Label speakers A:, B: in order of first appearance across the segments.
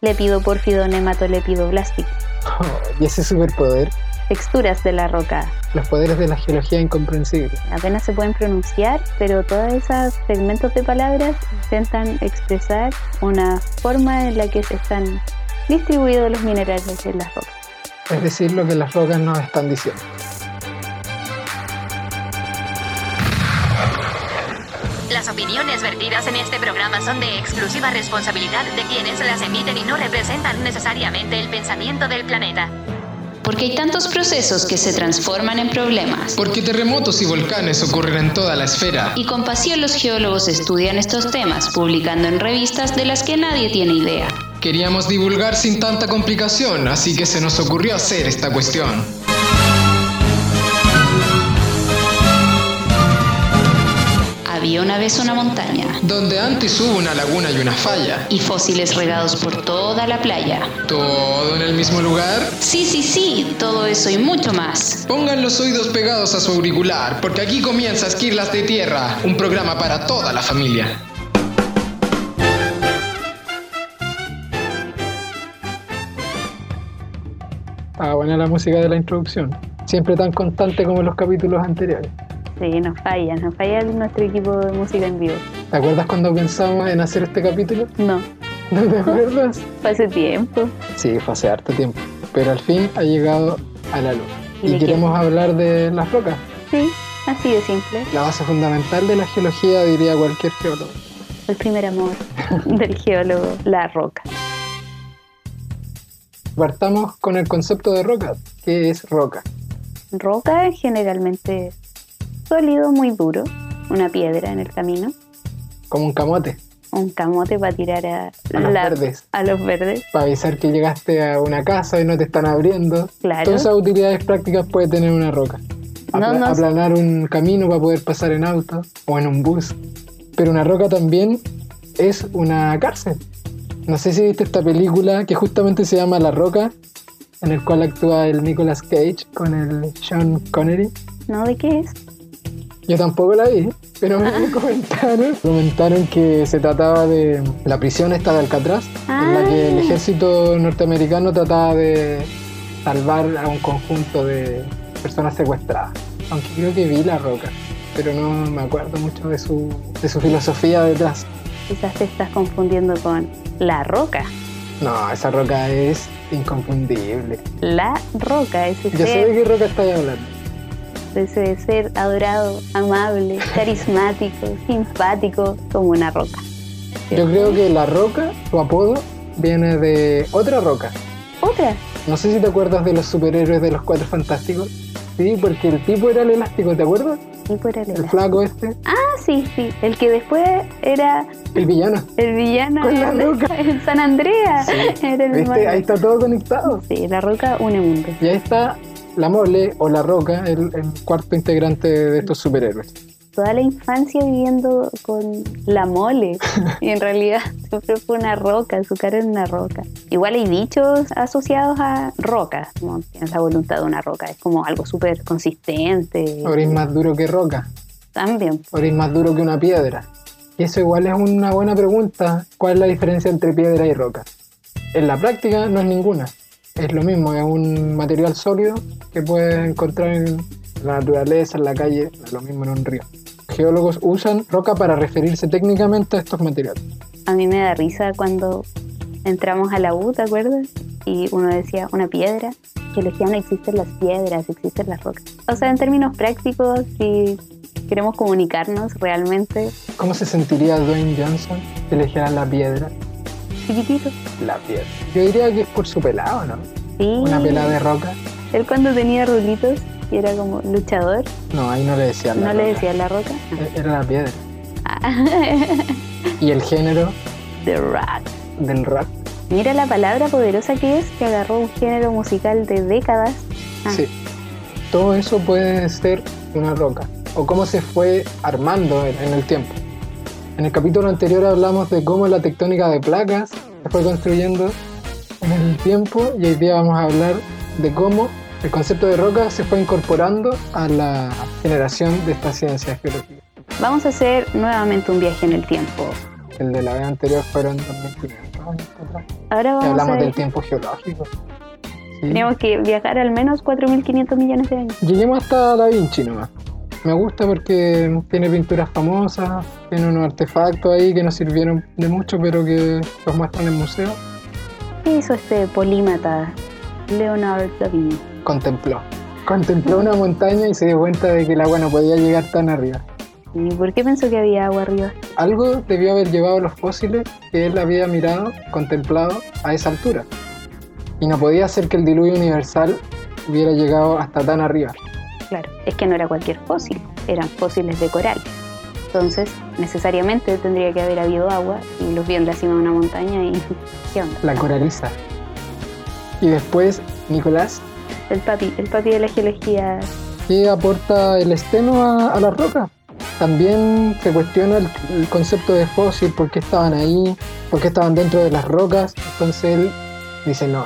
A: Lepidoporfido nematolepidoblástico.
B: y ese superpoder,
A: Texturas de la roca.
B: los poderes de la geología incomprensibles.
A: Apenas se pueden pronunciar, pero todos esos segmentos de palabras intentan expresar una forma en la que se están distribuidos los minerales en las rocas.
B: Es decir, lo que las rocas nos están diciendo.
C: Las opiniones vertidas en este programa son de exclusiva responsabilidad de quienes las emiten y no representan necesariamente el pensamiento del planeta.
D: Porque hay tantos procesos que se transforman en problemas.
E: Porque terremotos y volcanes ocurren en toda la esfera.
D: Y con pasión los geólogos estudian estos temas, publicando en revistas de las que nadie tiene idea.
E: Queríamos divulgar sin tanta complicación, así que se nos ocurrió hacer esta cuestión.
D: Había una vez una montaña
E: Donde antes hubo una laguna y una falla.
D: y fósiles regados por toda la playa.
E: ¿Todo en el mismo lugar?
D: Sí, sí, sí, todo eso y mucho más.
E: Pongan los oídos pegados a su auricular, porque aquí comienza Esquirlas de Tierra, un programa para toda la familia.
B: Estaba Ah, buena la música de la introducción. Siempre tan constante como en los capítulos anteriores.
A: Sí, nos falla, nos falla nuestro equipo de música en vivo.
B: ¿Te acuerdas cuando pensamos en hacer este capítulo?
A: No,
B: ¿No te acuerdas?
A: fue hace tiempo.
B: Sí, fue hace harto tiempo. Pero al fin ha llegado a la luz.
A: ¿Y
B: Y
A: de qué?
B: queremos hablar de las rocas.
A: Sí, así de simple.
B: La base fundamental de la geología, diría cualquier geólogo.
A: El primer amor del geólogo, la roca.
B: Partamos con el concepto de roca. ¿Qué es roca?
A: Roca es generalmente sólido, muy duro, una piedra en el camino,
B: Como un camote,
A: un camote para tirar a,
B: A los verdes.
A: a los verdes,
B: para avisar que llegaste a una casa y no te están abriendo.
A: Claro.
B: Todas esas utilidades prácticas puede tener una roca. Apla-
A: No, no.
B: Aplanar un camino para poder pasar en auto o en un bus. Pero una roca también es una cárcel. No sé si viste esta película que justamente se llama La Roca, en el cual actúa el Nicolas Cage con el Sean Connery.
A: ¿no? ¿De qué es?
B: Yo tampoco la vi, pero me comentaron, comentaron que se trataba de la prisión esta de Alcatraz, en la que el
A: Ah.
B: ejército norteamericano trataba de salvar a un conjunto de personas secuestradas. Aunque creo que vi La Roca, pero no me acuerdo mucho de su, de su filosofía detrás.
A: Quizás te estás confundiendo con la roca.
B: No, esa roca es inconfundible.
A: La roca, ese
B: Yo sé de
A: ser,
B: qué roca estáis hablando.
A: ese ser adorado, amable, carismático, simpático, como una roca.
B: Yo creo que La Roca, su apodo, viene de otra roca,
A: Otra,
B: No sé si te acuerdas de los superhéroes de los Cuatro Fantásticos. Sí, porque el tipo era el elástico, ¿te acuerdas?
A: y por el
B: El flaco este,
A: Ah, sí, sí, el que después era
B: el villano.
A: el villano
B: Con la
A: de-
B: roca.
A: en San Andrea. Era el
B: ¿Viste?
A: malo.
B: Este, Ahí está todo conectado.
A: Sí, la roca une mundo.
B: Y ahí está la mole o la roca, el, el cuarto integrante de estos superhéroes.
A: Toda la infancia viviendo con la mole. Y en realidad siempre fue una roca, su cara era una roca. Igual hay dichos asociados a rocas, como tienes la voluntad de una roca. Es como algo súper consistente.
B: Ahora es más duro que roca,
A: También.
B: ahora es más duro que una piedra. Y eso igual es una buena pregunta. ¿Cuál es la diferencia entre piedra y roca? En la práctica no es ninguna. Es lo mismo, es un material sólido que puedes encontrar en la naturaleza, en la calle, es lo mismo en un río. Geólogos usan roca para referirse técnicamente a estos materiales.
A: A mí me da risa cuando entramos a la U, ¿te acuerdas? Y uno decía, una piedra. Geología no existen las piedras, existen las rocas. O sea, en términos prácticos, si queremos comunicarnos realmente,
B: ¿Cómo se sentiría Dwayne Johnson si le dijeran la piedra?
A: chiquitito.
B: La piedra. Yo diría que es por su pelado, ¿no?
A: Sí.
B: Una pelada de roca.
A: Él cuando tenía rulitos y era como luchador,
B: No, ahí no le decían
A: no
B: la
A: le
B: roca.
A: decía la roca.
B: E- Era la piedra. Y el género
A: The Rock.
B: del rap.
A: Mira la palabra poderosa que es, que agarró un género musical de décadas. Ah.
B: Sí. Todo eso puede ser una roca. O cómo se fue armando en, en el tiempo. En el capítulo anterior hablamos de cómo la tectónica de placas se fue construyendo en el tiempo y hoy día vamos a hablar de cómo el concepto de roca se fue incorporando a la generación de esta ciencia de geología.
A: Vamos a hacer nuevamente un viaje en el tiempo.
B: el de la vez anterior fueron 2500 años atrás.
A: Ahora
B: Y
A: vamos a
B: hablamos del
A: ver.
B: tiempo geológico. Sí.
A: Tenemos que viajar al menos 4.500 millones de años.
B: Lleguemos hasta Da Vinci nomás. Me gusta porque tiene pinturas famosas, tiene unos artefactos ahí que no sirvieron de mucho, pero que los muestran en el museo.
A: ¿Qué hizo este polímata Leonardo da Vinci?
B: Contempló. Contempló una montaña y se dio cuenta de que el agua no podía llegar tan arriba.
A: ¿Y por qué pensó que había agua arriba?
B: Algo debió haber llevado los fósiles que él había mirado, contemplado a esa altura. Y no podía ser que el diluvio universal hubiera llegado hasta tan arriba.
A: Claro, es que no era cualquier fósil, eran fósiles de coral. Entonces, necesariamente tendría que haber habido agua y los vio en la cima de una montaña y ¿qué onda?
B: La coraliza. Y después, Nicolás,
A: El papi, el papi de la geología.
B: ¿qué aporta el esteno a, a las rocas? También se cuestiona el, el concepto de fósil, por qué estaban ahí, por qué estaban dentro de las rocas. Entonces él dice, no,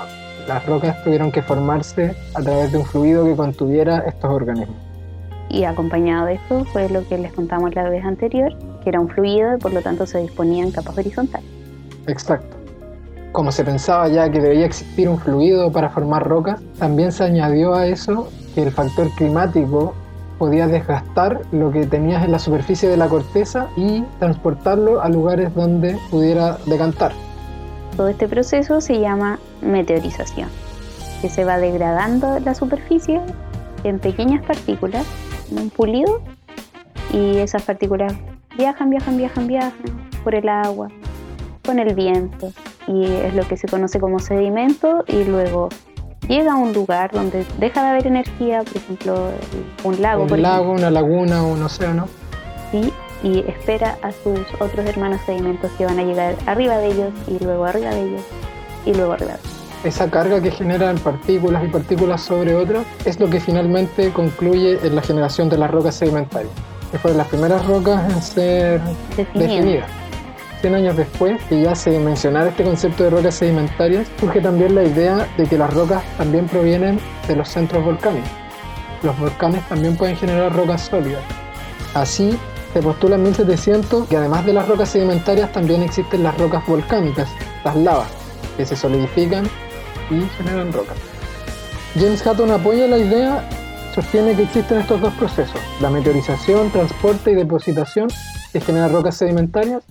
B: las rocas tuvieron que formarse a través de un fluido que contuviera estos organismos.
A: Y acompañado de esto fue lo que les contamos la vez anterior, que era un fluido y por lo tanto se disponía en capas horizontales.
B: Exacto. Como se pensaba ya que debía existir un fluido para formar rocas, también se añadió a eso que el factor climático podía desgastar lo que tenías en la superficie de la corteza y transportarlo a lugares donde pudiera decantar.
A: Todo este proceso se llama meteorización, que se va degradando la superficie en pequeñas partículas, en un pulido, y esas partículas viajan, viajan, viajan, viajan por el agua, con el viento, y es lo que se conoce como sedimento, y luego llega a un lugar donde deja de haber energía, por ejemplo, un lago, por
B: un
A: ejemplo.
B: lago, una laguna, un océano.
A: ¿sí? y espera a sus otros hermanos sedimentos que van a llegar arriba de ellos y luego arriba de ellos y luego arriba de ellos.
B: Esa carga que generan partículas y partículas sobre otras es lo que finalmente concluye en la generación de las rocas sedimentarias, que fueron las primeras rocas en ser
A: Definido.
B: definida. 100 años después, que ya se mencionara este concepto de rocas sedimentarias, surge también la idea de que las rocas también provienen de los centros volcánicos. Los volcanes también pueden generar rocas sólidas. Así, se postula en 1700 que además de las rocas sedimentarias también existen las rocas volcánicas, las lavas, que se solidifican y generan rocas. James Hutton apoya la idea, sostiene que existen estos dos procesos, la meteorización, transporte y depositación, que genera rocas sedimentarias,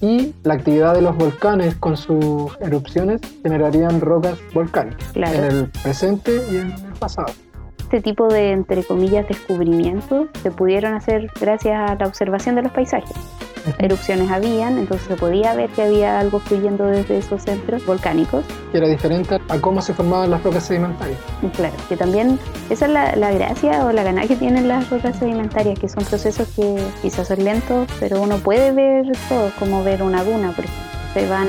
B: y la actividad de los volcanes con sus erupciones generarían rocas volcánicas,
A: Claro.
B: en el presente y en el pasado.
A: Este tipo de, entre comillas, descubrimientos se pudieron hacer gracias a la observación de los paisajes. Erupciones habían, entonces se podía ver que había algo fluyendo desde esos centros volcánicos.
B: que era diferente a cómo se formaban las rocas sedimentarias.
A: Y claro, que también esa es la, la gracia o la gana que tienen las rocas sedimentarias, que son procesos que quizás son lentos, pero uno puede ver todo, como ver una duna, por ejemplo. Se van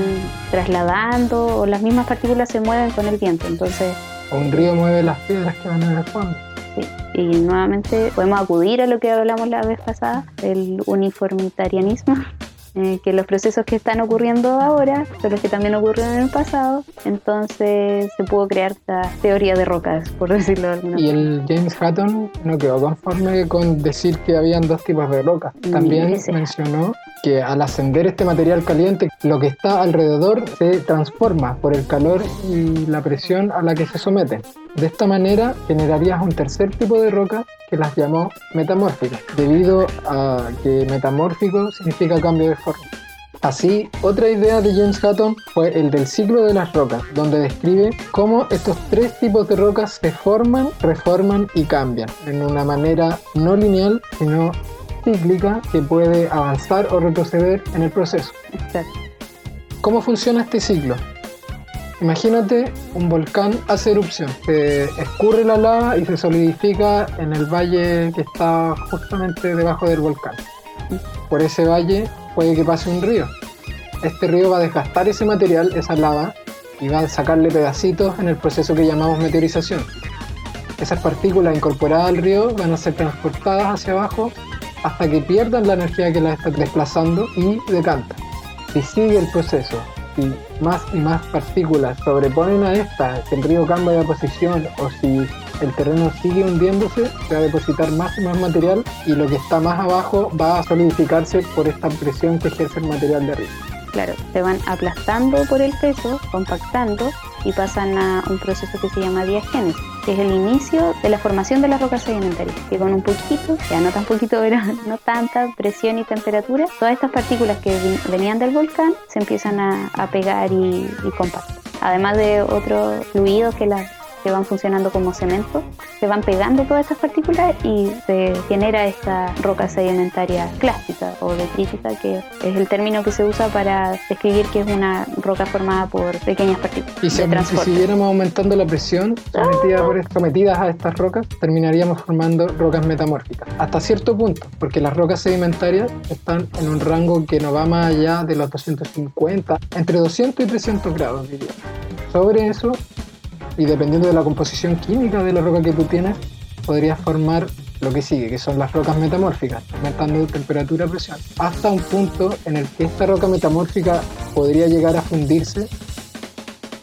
A: trasladando o las mismas partículas se mueven con el viento, entonces
B: O un río mueve las piedras que van en el fondo.
A: Sí, y nuevamente podemos acudir a lo que hablamos la vez pasada, el uniformitarianismo, eh, que los procesos que están ocurriendo ahora son los que también ocurrieron en el pasado, entonces se pudo crear esta teoría de rocas, por decirlo de alguna
B: Y el James Hutton no quedó conforme con decir que habían dos tipos de rocas.
A: Mm,
B: También
A: ese.
B: mencionó que al ascender este material caliente, lo que está alrededor se transforma por el calor y la presión a la que se someten. De esta manera generarías un tercer tipo de roca que las llamó metamórficas, debido a que metamórfico significa cambio de forma. Así, otra idea de James Hutton fue el del ciclo de las rocas, donde describe cómo estos tres tipos de rocas se forman, reforman y cambian en una manera no lineal, sino cíclica que puede avanzar o retroceder en el proceso.
A: Exacto.
B: ¿Cómo funciona este ciclo? Imagínate un volcán hace erupción, se escurre la lava y se solidifica en el valle que está justamente debajo del volcán. Por ese valle puede que pase un río. Este río va a desgastar ese material, esa lava, y va a sacarle pedacitos en el proceso que llamamos meteorización. Esas partículas incorporadas al río van a ser transportadas hacia abajo hasta que pierdan la energía que las está desplazando y decantan. Si sigue el proceso si más y más partículas sobreponen a esta, si el río cambia de posición o si el terreno sigue hundiéndose, se va a depositar más y más material y lo que está más abajo va a solidificarse por esta presión que ejerce el material de arriba.
A: Claro, se van aplastando por el peso, compactando y pasan a un proceso que se llama diagénesis, que es el inicio de la formación de las rocas sedimentarias, que con un poquito, ya no tan poquito, pero no tanta presión y temperatura, todas estas partículas que vi- venían del volcán se empiezan a, a pegar y, y compactar. Además de otros fluidos que las que van funcionando como cemento, se van pegando todas estas partículas y se genera esta roca sedimentaria clásica o detrítica, que es el término que se usa para describir que es una roca formada por pequeñas partículas
B: Y si,
A: de
B: si
A: transporte. Ah.
B: siguiéramos aumentando la presión sometida por, sometidas a estas rocas, terminaríamos formando rocas metamórficas. Hasta cierto punto, porque las rocas sedimentarias están en un rango que no va más allá de los 250, entre 200 y 300 grados, diría. Sobre eso, y dependiendo de la composición química de la roca que tú tienes, podrías formar lo que sigue, que son las rocas metamórficas, aumentando temperatura, presión, hasta un punto en el que esta roca metamórfica podría llegar a fundirse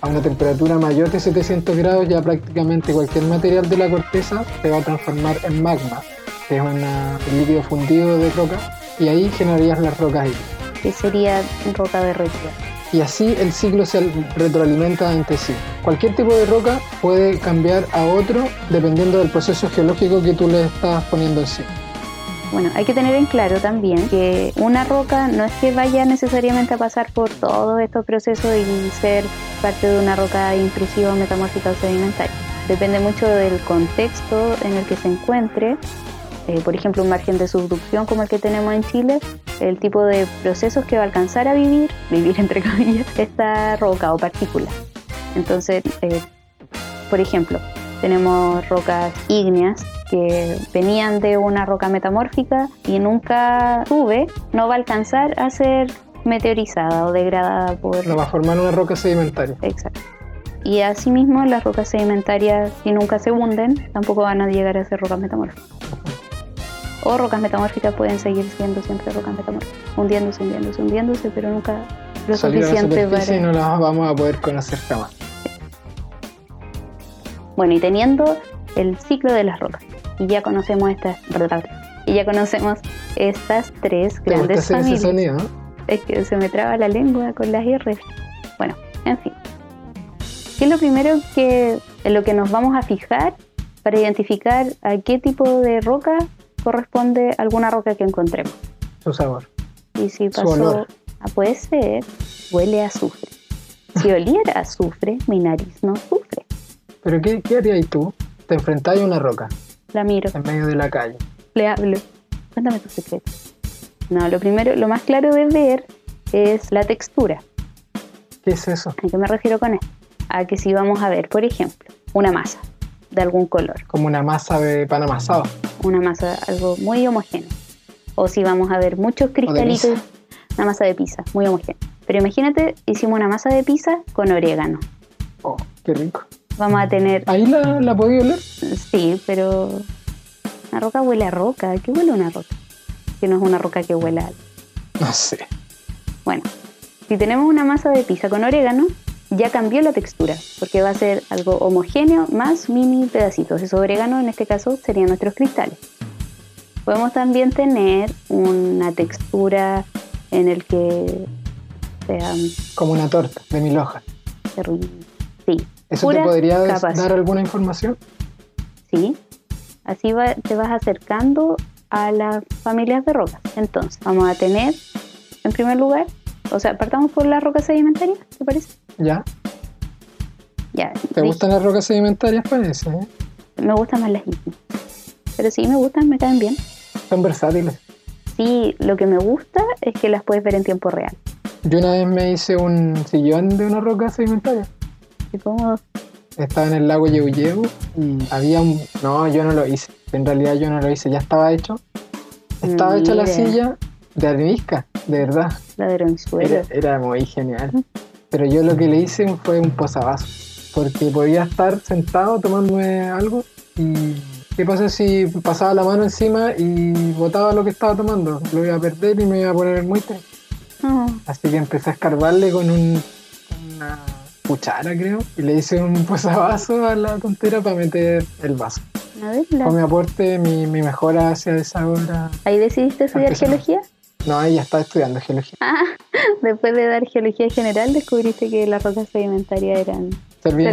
B: a una temperatura mayor de 700 grados ya prácticamente cualquier material de la corteza se va a transformar en magma, que es una- un líquido fundido de roca, y ahí generarías las rocas hídricas.
A: que sería roca derretida.
B: Y así el ciclo se retroalimenta entre sí. Cualquier tipo de roca puede cambiar a otro dependiendo del proceso geológico que tú le estás poniendo encima.
A: Bueno, hay que tener en claro también que una roca no es que vaya necesariamente a pasar por todos estos procesos y ser parte de una roca intrusiva, metamórfica o sedimentaria. Depende mucho del contexto en el que se encuentre. Eh, por ejemplo, un margen de subducción como el que tenemos en Chile, el tipo de procesos que va a alcanzar a vivir, vivir entre comillas, esta roca o partícula. Entonces, eh, por ejemplo, tenemos rocas ígneas que venían de una roca metamórfica y nunca sube, no va a alcanzar a ser meteorizada o degradada por...
B: No va a formar una roca sedimentaria.
A: Exacto. Y asimismo, las rocas sedimentarias, si nunca se hunden, tampoco van a llegar a ser rocas metamórficas. O rocas metamórficas pueden seguir siendo siempre rocas metamórficas, hundiéndose, hundiéndose, hundiéndose, pero nunca lo
B: Salir a la
A: suficiente
B: superficie
A: para...
B: y no las vamos a poder conocer jamás.
A: Bueno, y teniendo el ciclo de las rocas. Y ya conocemos estas. Y ya conocemos estas tres
B: ¿Te gusta
A: grandes
B: hacer
A: familias.
B: ese sonido? no?
A: Es que se me traba la lengua con las R. Bueno, en fin. ¿Qué es lo primero que en lo que nos vamos a fijar para identificar a qué tipo de roca corresponde alguna roca que encontremos?
B: ¿eh? Su sabor.
A: Y si
B: Su
A: pasó,
B: olor.
A: Ah, puede ser, huele a azufre. Si oliera a azufre, mi nariz no sufre.
B: ¿Pero qué, qué harías tú? Te enfrentáis a una roca
A: La miro.
B: en medio de la calle.
A: le hablo. Cuéntame tu secreto. No, lo primero, lo más claro de ver es la textura.
B: ¿Qué es eso?
A: ¿A qué me refiero con esto? A que si vamos a ver, por ejemplo, una masa de algún color,
B: Como una masa de pan amasado.
A: una masa algo muy homogénea. O si vamos a ver muchos cristalitos,
B: pizza.
A: una masa de pizza, muy homogénea. Pero imagínate, hicimos una masa de pizza con orégano.
B: Oh, qué rico.
A: Vamos a tener,
B: ¿Ahí la, la podía oler?
A: sí, pero una roca huele a roca. ¿Qué huele una roca? Que no es una roca que huela a algo.
B: No sé.
A: Bueno, si tenemos una masa de pizza con orégano, ya cambió la textura, porque va a ser algo homogéneo más mini pedacitos. Esos orégano en este caso serían nuestros cristales. Podemos también tener una textura en el que sea
B: Como una torta de mil hojas.
A: terrible. Sí,
B: ¿Eso
A: Pura
B: te podría des-
A: capas.
B: dar alguna información?
A: sí. Así va- te vas acercando a las familias de rocas. Entonces, vamos a tener, en primer lugar, o sea, partamos por las rocas sedimentarias, ¿te parece?
B: ¿Ya?
A: Ya.
B: ¿Te
A: dije-
B: gustan las rocas sedimentarias? Parece. ¿eh?
A: Me gustan más las ígneas. Pero sí, me gustan, me caen bien.
B: Son versátiles.
A: Sí, lo que me gusta es que las puedes ver en tiempo real.
B: Yo una vez me hice un sillón de una roca sedimentaria.
A: Qué cómodo.
B: Estaba en el lago Yeuyeu y había un... No, yo no lo hice. En realidad yo no lo hice. Ya estaba hecho. Estaba hecha la
A: Mira.
B: silla de arenisca, de verdad.
A: Ladronzuelo.
B: Era, era muy genial. Pero yo lo que le hice fue un posavasos. Porque podía estar sentado tomándome algo y qué pasa si pasaba la mano encima y botaba lo que estaba tomando. Lo iba a perder y me iba a poner muy triste.
A: No,
B: Así que empecé a escarbarle con un, una cuchara, creo, y le hice un posavasos a la tontera para meter el vaso.
A: A ver, la-
B: Fue mi aporte, mi, mi mejora hacia esa obra.
A: ¿ahí decidiste estudiar
B: Artesanal.
A: geología?
B: No, ella está estudiando geología.
A: Ah, después de dar geología general descubriste que las rocas sedimentarias eran...
B: Servían,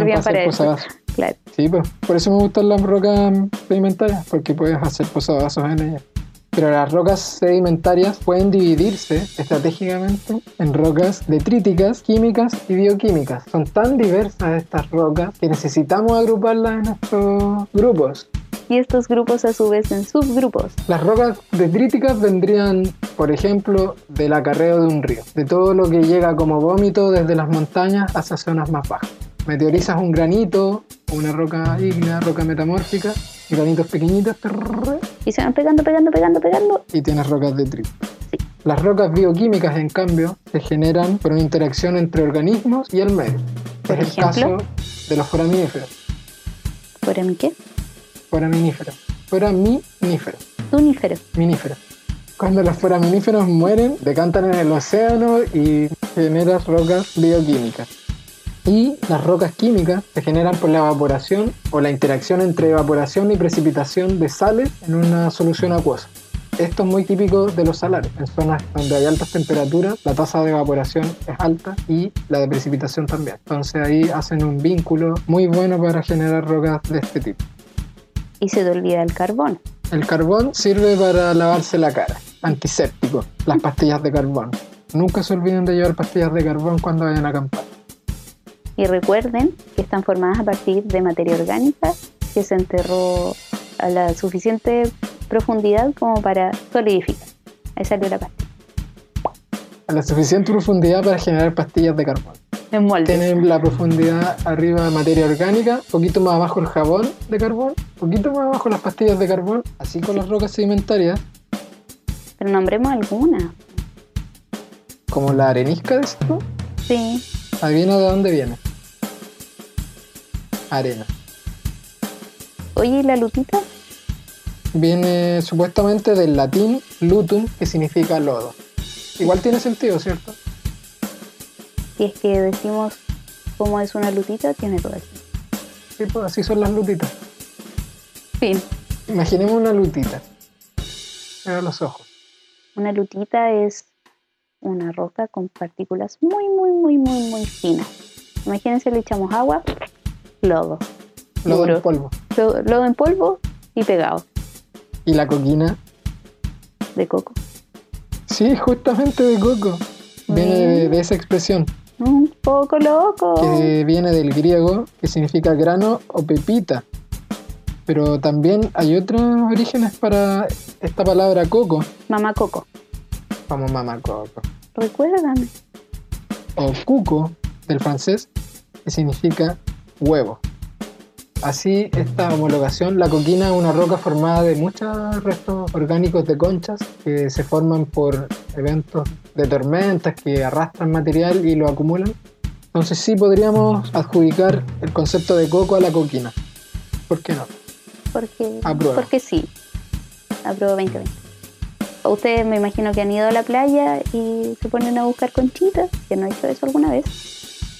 A: Servían
B: para
A: para
B: hacer
A: eso.
B: posavasos.
A: Claro.
B: Sí, pues, por eso me gustan las rocas sedimentarias, porque puedes hacer posavasos en ellas. Pero las rocas sedimentarias pueden dividirse estratégicamente en rocas detríticas, químicas y bioquímicas. Son tan diversas estas rocas que necesitamos agruparlas en nuestros grupos.
A: Y estos grupos a su vez en subgrupos.
B: Las rocas detríticas vendrían, por ejemplo, del acarreo de un río, de todo lo que llega como vómito desde las montañas hacia zonas más bajas. Meteorizas un granito, una roca ígnea, roca metamórfica, y granitos pequeñitos, trrr,
A: Y se van pegando, pegando, pegando, pegando.
B: y tienes rocas detríticas. Las rocas bioquímicas, en cambio, se generan por una interacción entre organismos y el medio.
A: ¿Por
B: es el
A: ejemplo?
B: caso de los foraminíferos.
A: ¿Por en qué?
B: Foraminíferos. Foraminíferos.
A: Tuníferos.
B: miníferos. Cuando los foraminíferos mueren, decantan en el océano y generan rocas bioquímicas. Y las rocas químicas se generan por la evaporación o la interacción entre evaporación y precipitación de sales en una solución acuosa. Esto es muy típico de los salares. En zonas donde hay altas temperaturas, la tasa de evaporación es alta y la de precipitación también. Entonces ahí hacen un vínculo muy bueno para generar rocas de este tipo.
A: Y se te olvida el carbón.
B: El carbón sirve para lavarse la cara, antiséptico, las pastillas de carbón. Nunca se olviden de llevar pastillas de carbón cuando vayan a acampar.
A: Y recuerden que están formadas a partir de materia orgánica que se enterró a la suficiente profundidad como para solidificar. Ahí salió la pasta.
B: A la suficiente profundidad para generar pastillas de carbón.
A: En molde.
B: Tienen la profundidad arriba de materia orgánica, poquito más abajo el jabón de carbón, poquito más abajo las pastillas de carbón, así con las rocas sedimentarias,
A: Pero nombremos alguna.
B: como la arenisca de esto.
A: Sí.
B: Adivina de dónde viene. Arena.
A: Oye, ¿y la lutita?
B: Viene supuestamente del latín lutum, que significa lodo. Igual tiene sentido, ¿cierto?
A: Si es que decimos cómo es una lutita, tiene todo eso.
B: Sí, pues, así son las lutitas.
A: Fin.
B: Imaginemos una lutita. Cierra los ojos.
A: Una lutita es una roca con partículas muy, muy, muy, muy, muy finas. Imagínense, le echamos agua, lodo.
B: Lodo en
A: Duro.
B: polvo.
A: Lo- Lodo en polvo y pegado
B: Y la coquina.
A: de coco.
B: Sí, justamente de coco. Viene de, de esa expresión,
A: Un poco loco.
B: que viene del griego, que significa grano o pepita. Pero también hay otros orígenes para esta palabra coco,
A: Mamá Coco,
B: como mamá coco.
A: recuérdame.
B: o cuco del francés, que significa huevo. Así, esta homologación, la coquina es una roca formada de muchos restos orgánicos de conchas que se forman por eventos de tormentas que arrastran material y lo acumulan. Entonces sí podríamos adjudicar el concepto de coco a la coquina. ¿Por qué no?
A: Porque,
B: Apruebo.
A: porque sí. Apruebo 2020. Ustedes me imagino que han ido a la playa y se ponen a buscar conchitas, que no he hecho eso alguna vez.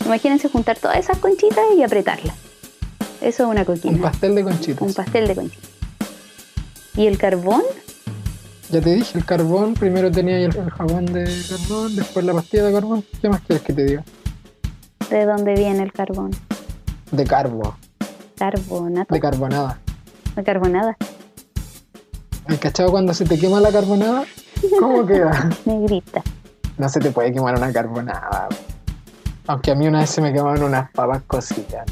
A: Imagínense juntar todas esas conchitas y apretarlas. Eso es una
B: Un
A: coquina.
B: pastel de
A: Un
B: conchitas.
A: pastel de conchitas. ¿Y el carbón?
B: Ya te dije, el carbón, primero tenía el el jabón de carbón, después la pastilla de carbón. ¿Qué más quieres que te diga?
A: ¿De dónde viene el carbón?
B: De carbo,
A: Carbonato.
B: de carbonada.
A: De carbonada.
B: ¿Has cachado cuando se te quema la carbonada? ¿Cómo queda?
A: Negrita.
B: No se te puede quemar una carbonada. Aunque a mí una vez se me quemaron unas papas cocidas.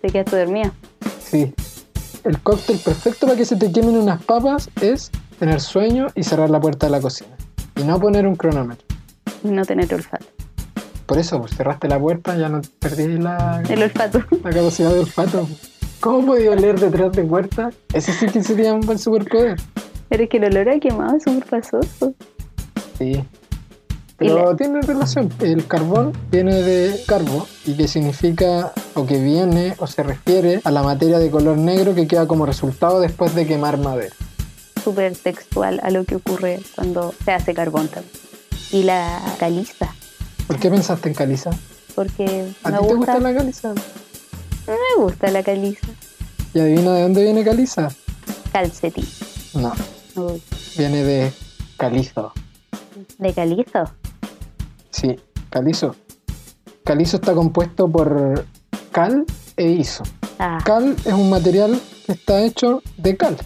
A: Te quedaste dormido.
B: Sí. El cóctel perfecto para que se te quemen unas papas es tener sueño y cerrar la puerta de la cocina. Y no poner un cronómetro.
A: Y no tener olfato.
B: Por eso, pues, cerraste la puerta, ya no perdí la,
A: El olfato.
B: la capacidad de olfato. ¿Cómo podía oler detrás de puerta? Ese sí que sería un buen superpoder.
A: Pero es que el olor a quemado es súper pasoso.
B: Sí. Pero tiene relación. El carbón viene de carbo y que significa o que viene o se refiere a la materia de color negro que queda como resultado después de quemar madera.
A: Súper textual a lo que ocurre cuando se hace carbón también. Y la caliza,
B: ¿Por qué pensaste en caliza?
A: porque
B: ¿A
A: me
B: ti te
A: gusta,
B: gusta la caliza?
A: me gusta la caliza.
B: ¿Y adivina de dónde viene caliza?
A: Calcetín.
B: No,
A: Uy,
B: viene de calizo.
A: ¿De calizo?
B: Sí, calizo. Calizo está compuesto por cal e iso.
A: Ah,
B: Cal es un material que está hecho de cal.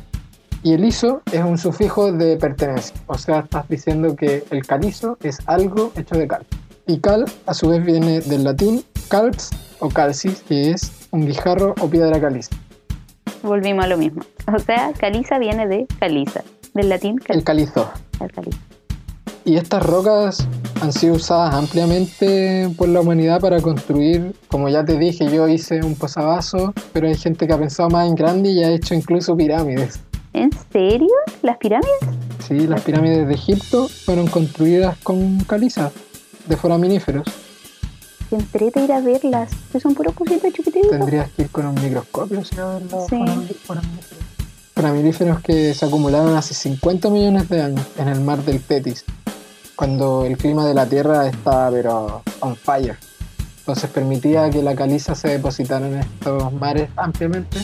B: Y el iso es un sufijo de pertenencia. O sea, estás diciendo que el calizo es algo hecho de cal. Y cal, a su vez, viene del latín calx o calcis, que es un guijarro o piedra caliza.
A: volvimos a lo mismo. O sea, caliza viene de caliza, del latín
B: El
A: cal-
B: calizo.
A: al caliza.
B: Y estas rocas han sido usadas ampliamente por la humanidad para construir, como ya te dije, yo hice un posavasos, pero hay gente que ha pensado más en grande y ha hecho incluso pirámides.
A: ¿En serio? ¿Las pirámides?
B: Sí, las pirámides de Egipto fueron construidas con caliza de foraminíferos.
A: Que entrete ir a verlas. que Son puros cositas chiquititos.
B: Tendrías que ir con un microscopio si no ver los
A: Sí.
B: forami- foraminíferos. Foraminíferos que se acumularon hace 50 millones de años en el mar del Tetis, cuando el clima de la Tierra estaba pero on fire. Entonces permitía que la caliza se depositara en estos mares ampliamente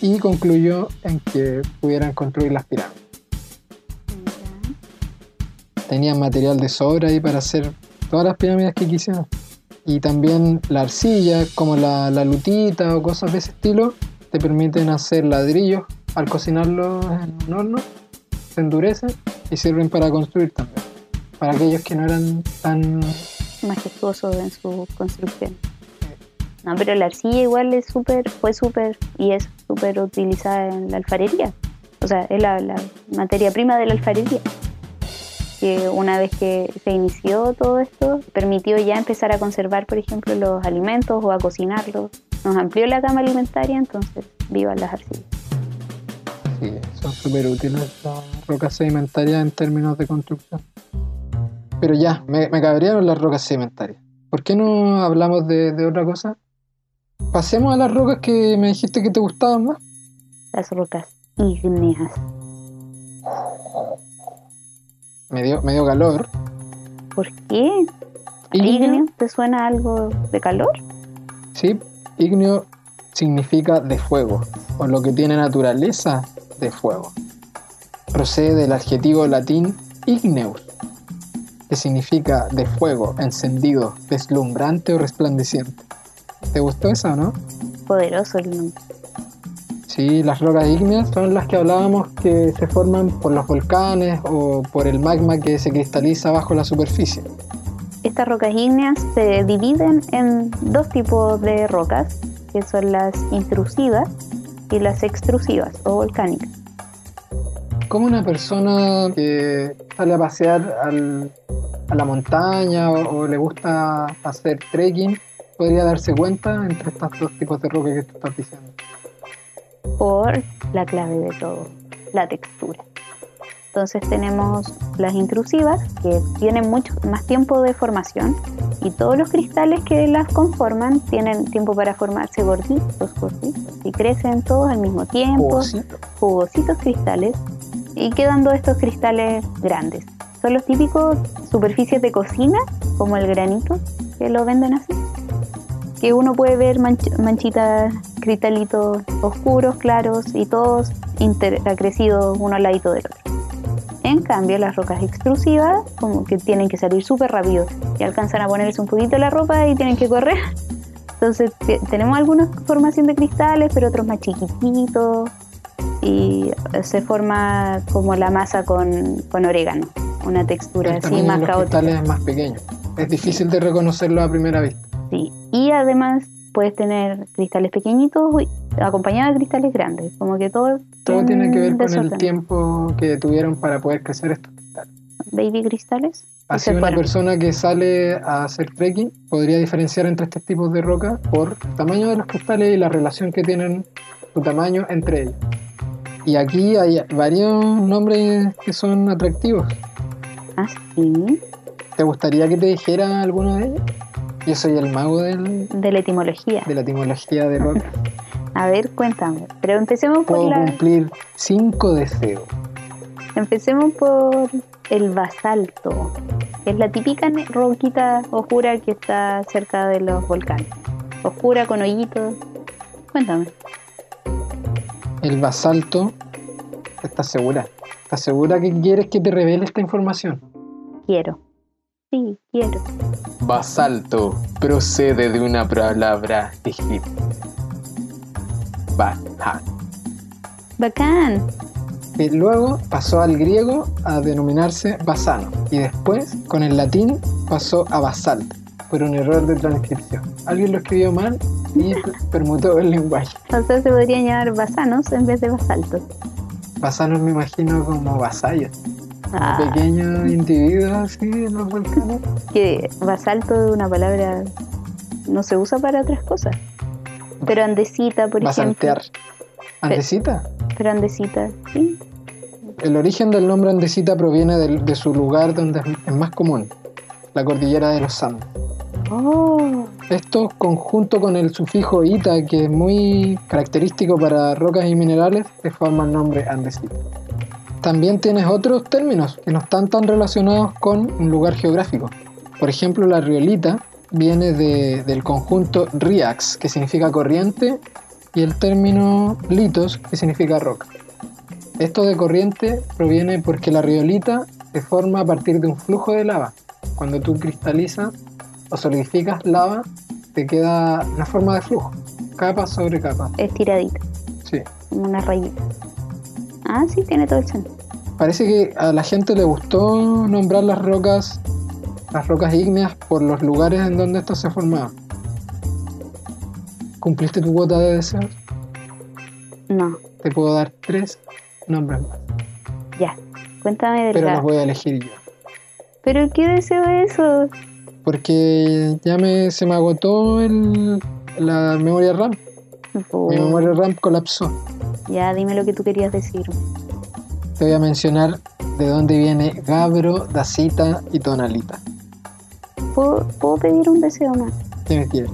B: y concluyó en que pudieran construir las pirámides. tenían material de sobra ahí para hacer todas las pirámides que quisieran. Y también la arcilla, como la, la lutita o cosas de ese estilo, te permiten hacer ladrillos al cocinarlos en un horno, se endurecen y sirven para construir también. Para aquellos que no eran tan...
A: majestuoso en su construcción. No, pero la arcilla igual es súper, fue súper y es súper utilizada en la alfarería. O sea, es la, la materia prima de la alfarería. Que una vez que se inició todo esto, permitió ya empezar a conservar, por ejemplo, los alimentos o a cocinarlos. Nos amplió la gama alimentaria, entonces, viva las arcillas.
B: sí, son súper útiles las rocas sedimentarias en términos de construcción. Pero ya, me, me cabrearon las rocas sedimentarias. ¿Por qué no hablamos de, de otra cosa? Pasemos a las rocas que me dijiste que te gustaban más.
A: Las rocas ígneas.
B: me dio, me dio calor.
A: ¿Por qué?
B: Ignio,
A: ¿Ígneo? ¿Te suena algo de calor?
B: sí, ignio significa de fuego, o lo que tiene naturaleza de fuego. Procede del adjetivo latín igneus, que significa de fuego, encendido, deslumbrante o resplandeciente. ¿Te gustó esa o no?
A: Poderoso el nombre.
B: Sí, las rocas ígneas son las que hablábamos que se forman por los volcanes o por el magma que se cristaliza bajo la superficie.
A: Estas rocas ígneas se dividen en dos tipos de rocas, que son las intrusivas y las extrusivas o volcánicas.
B: Como una persona que sale a pasear al- a la montaña o, o le gusta hacer trekking podría darse cuenta entre estos dos tipos de roca que tú estás diciendo?
A: por la clave de todo, la textura. Entonces tenemos las intrusivas que tienen mucho más tiempo de formación y todos los cristales que las conforman tienen tiempo para formarse gorditos, gorditos y crecen todos al mismo tiempo,
B: Jugosito.
A: jugositos cristales y quedando estos cristales grandes. Son los típicos superficies de cocina, como el granito, que lo venden así. Que uno puede ver manch- manchitas, cristalitos oscuros, claros y todos interacrecidos uno al ladito del otro. En cambio, las rocas extrusivas, como que tienen que salir súper rápido y alcanzan a ponerse un poquito la ropa y tienen que correr. Entonces, te- tenemos alguna formación de cristales, pero otros más chiquititos, y se forma como la masa con, con orégano, una textura
B: El
A: así
B: tamaño de
A: más
B: los
A: caótica.
B: cristales es más pequeño. Es difícil de reconocerlo a primera vista.
A: Sí. Y además puedes tener cristales pequeñitos uy, acompañados de cristales grandes, como que todo...
B: Todo
A: un
B: tiene que ver con el
A: Mm, desorden.
B: tiempo que tuvieron para poder crecer estos cristales.
A: Baby cristales. y
B: Así
A: se
B: una
A: fueron.
B: persona que sale a hacer trekking podría diferenciar entre estos tipos de roca por el tamaño de los cristales y la relación que tienen su tamaño entre ellos. Y aquí hay varios nombres que son atractivos.
A: ah, Así,
B: ¿Te gustaría que te dijera alguno de ellos? Yo soy el mago del-
A: de la etimología.
B: de la etimología de roca.
A: A ver, cuéntame. Pero empecemos por
B: Puedo
A: la...
B: cumplir cinco deseos.
A: Empecemos por el basalto, que es la típica ne- roquita oscura que está cerca de los volcanes. Oscura con hoyitos. Cuéntame.
B: El basalto. ¿Estás segura? ¿Estás segura que quieres que te revele esta información?
A: Quiero. Sí, quiero.
E: Basalto procede de una palabra egipcia. Basal.
A: Bacán.
B: que luego pasó al griego a denominarse basano y después con el latín pasó a basalto por un error de transcripción. Alguien lo escribió mal y per- permutó el lenguaje.
A: Entonces se podrían llamar basanos en vez de basaltos.
B: Basanos me imagino como vasallos,
A: Ah,
B: pequeños individuos así en los volcanes.
A: que basalto es una palabra no se usa para otras cosas. Pero andesita, por
B: Basaltear.
A: ejemplo.
B: Andesita.
A: Pero andesita, sí.
B: El origen del nombre andesita proviene del- de su lugar donde es- es más común, la cordillera de los Andes.
A: Oh,
B: Esto, conjunto con el sufijo ita, que es muy característico para rocas y minerales, te forma el nombre andesita. También tienes otros términos que no están tan relacionados con un lugar geográfico. Por ejemplo, la riolita viene de- del conjunto riax, que significa corriente, y el término litos, que significa roca. Esto de corriente proviene porque la riolita se forma a partir de un flujo de lava. Cuando tú cristalizas o solidificas lava, te queda una forma de flujo, capa sobre capa.
A: estiradita,
B: Sí.
A: como una rayita. Ah, sí, tiene todo el sentido.
B: Parece que a la gente le gustó nombrar las rocas, las rocas ígneas por los lugares en donde estas se formaban. ¿Cumpliste tu cuota de deseos?
A: No,
B: Te puedo dar tres nombres más,
A: ya. Cuéntame del
B: pero
A: gas.
B: los voy a elegir yo.
A: Pero qué deseo es eso.
B: Porque ya me, se me agotó el- la memoria RAM.
A: Oh,
B: Mi memoria RAM colapsó.
A: ya, dime lo que tú querías decir.
B: Te voy a mencionar de dónde viene Gabro, Dacita y Tonalita.
A: ¿Puedo, puedo pedir un deseo más?
B: ¿Qué me quieres?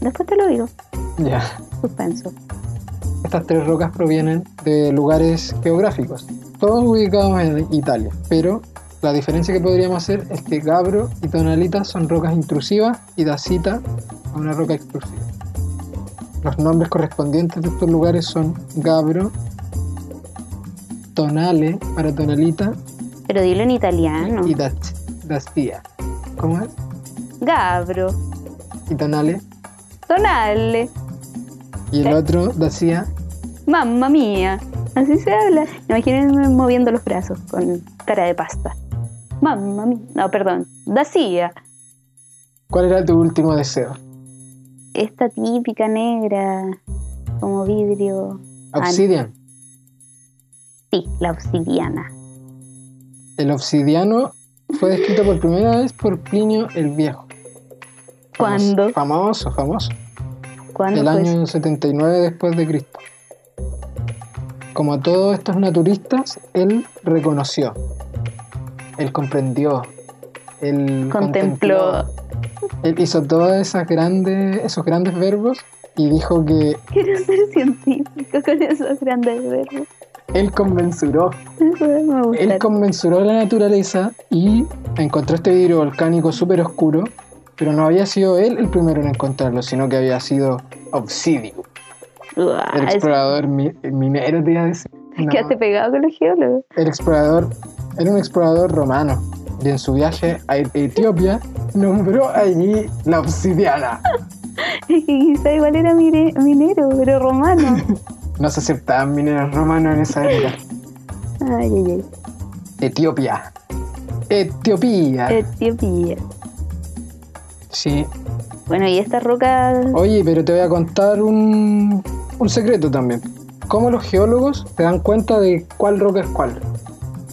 A: Después te lo digo.
B: Ya.
A: Suspenso.
B: Estas tres rocas provienen de lugares geográficos, todos ubicados en Italia, pero la diferencia que podríamos hacer es que Gabro y Tonalita son rocas intrusivas y Dacita es una roca extrusiva. Los nombres correspondientes de estos lugares son Gabro, Tonale para Tonalita
A: Pero dilo en italiano.
B: y Dac- Dacia. ¿Cómo es?
A: Gabro.
B: Y Tonale.
A: Tonale.
B: Y el
A: Sí.
B: otro Dacia
A: Mamma mía. Así se habla. Imagínense moviendo los brazos con cara de pasta. Mamma mía. No, perdón. Dacia.
B: ¿Cuál era tu último deseo?
A: Esta típica negra. Como vidrio. Ah,
B: Obsidian.
A: Sí, la obsidiana.
B: El obsidiano fue descrito por primera vez por Plinio el Viejo. Famos-
A: ¿Cuándo?
B: Famoso, famoso.
A: ¿Cuándo
B: El
A: fue
B: año 79 después de Cristo. Como todos estos naturistas, él reconoció, él comprendió, él
A: Contempló.
B: él hizo todos esas grandes, esos grandes verbos y dijo que
A: Quiero ser científico con esos grandes verbos.
B: él conmensuró
A: Eso me gusta.
B: Él conmensuró la naturaleza y encontró este vidrio volcánico súper oscuro, pero no había sido él el primero en encontrarlo, sino que había sido Obsidio,
A: Uah,
B: el
A: Ah, es-
B: explorador mi- el minero, te iba a decir. No,
A: Quedaste pegado con los geólogos.
B: el explorador era un explorador romano y en su viaje a E-, Etiopía nombró allí la obsidiana.
A: Es que quizá igual era mine- minero, pero romano.
B: No se aceptaban mineros romanos en esa época.
A: Ay, ay,
B: Etiopía. Etiopía.
A: ay. Etiopía.
B: sí,
A: Bueno, y estas rocas.
B: Oye, pero te voy a contar un, un secreto también. ¿Cómo los geólogos se dan cuenta de cuál roca es cuál?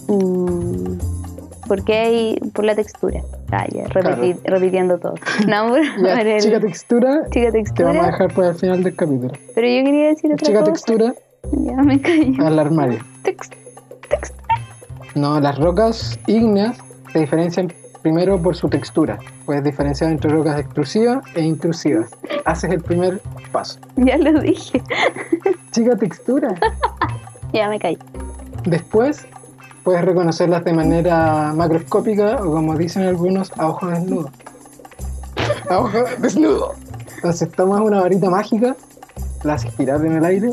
A: mm, ¿Por qué hay.? Por la textura. Ah, ya, repeti- repitiendo todo. No, por,
B: La
A: por el-
B: chica textura
A: chica
B: te vamos
A: textura.
B: a dejar para el final del capítulo.
A: Pero yo quería decir
B: La
A: otra
B: chica
A: cosa.
B: textura Ah.
A: Ya me callo.
B: al armario.
A: Text-
B: No, las rocas ígneas se diferencian primero por su textura. Puedes diferenciar entre rocas extrusivas e intrusivas. Haces el primer paso.
A: Ya lo dije.
B: Chica textura.
A: Ya me callo.
B: Después Puedes reconocerlas de manera macroscópica o como dicen algunos, a ojo desnudo. A ojo desnudo. Entonces tomas una varita mágica, la haces girar en el aire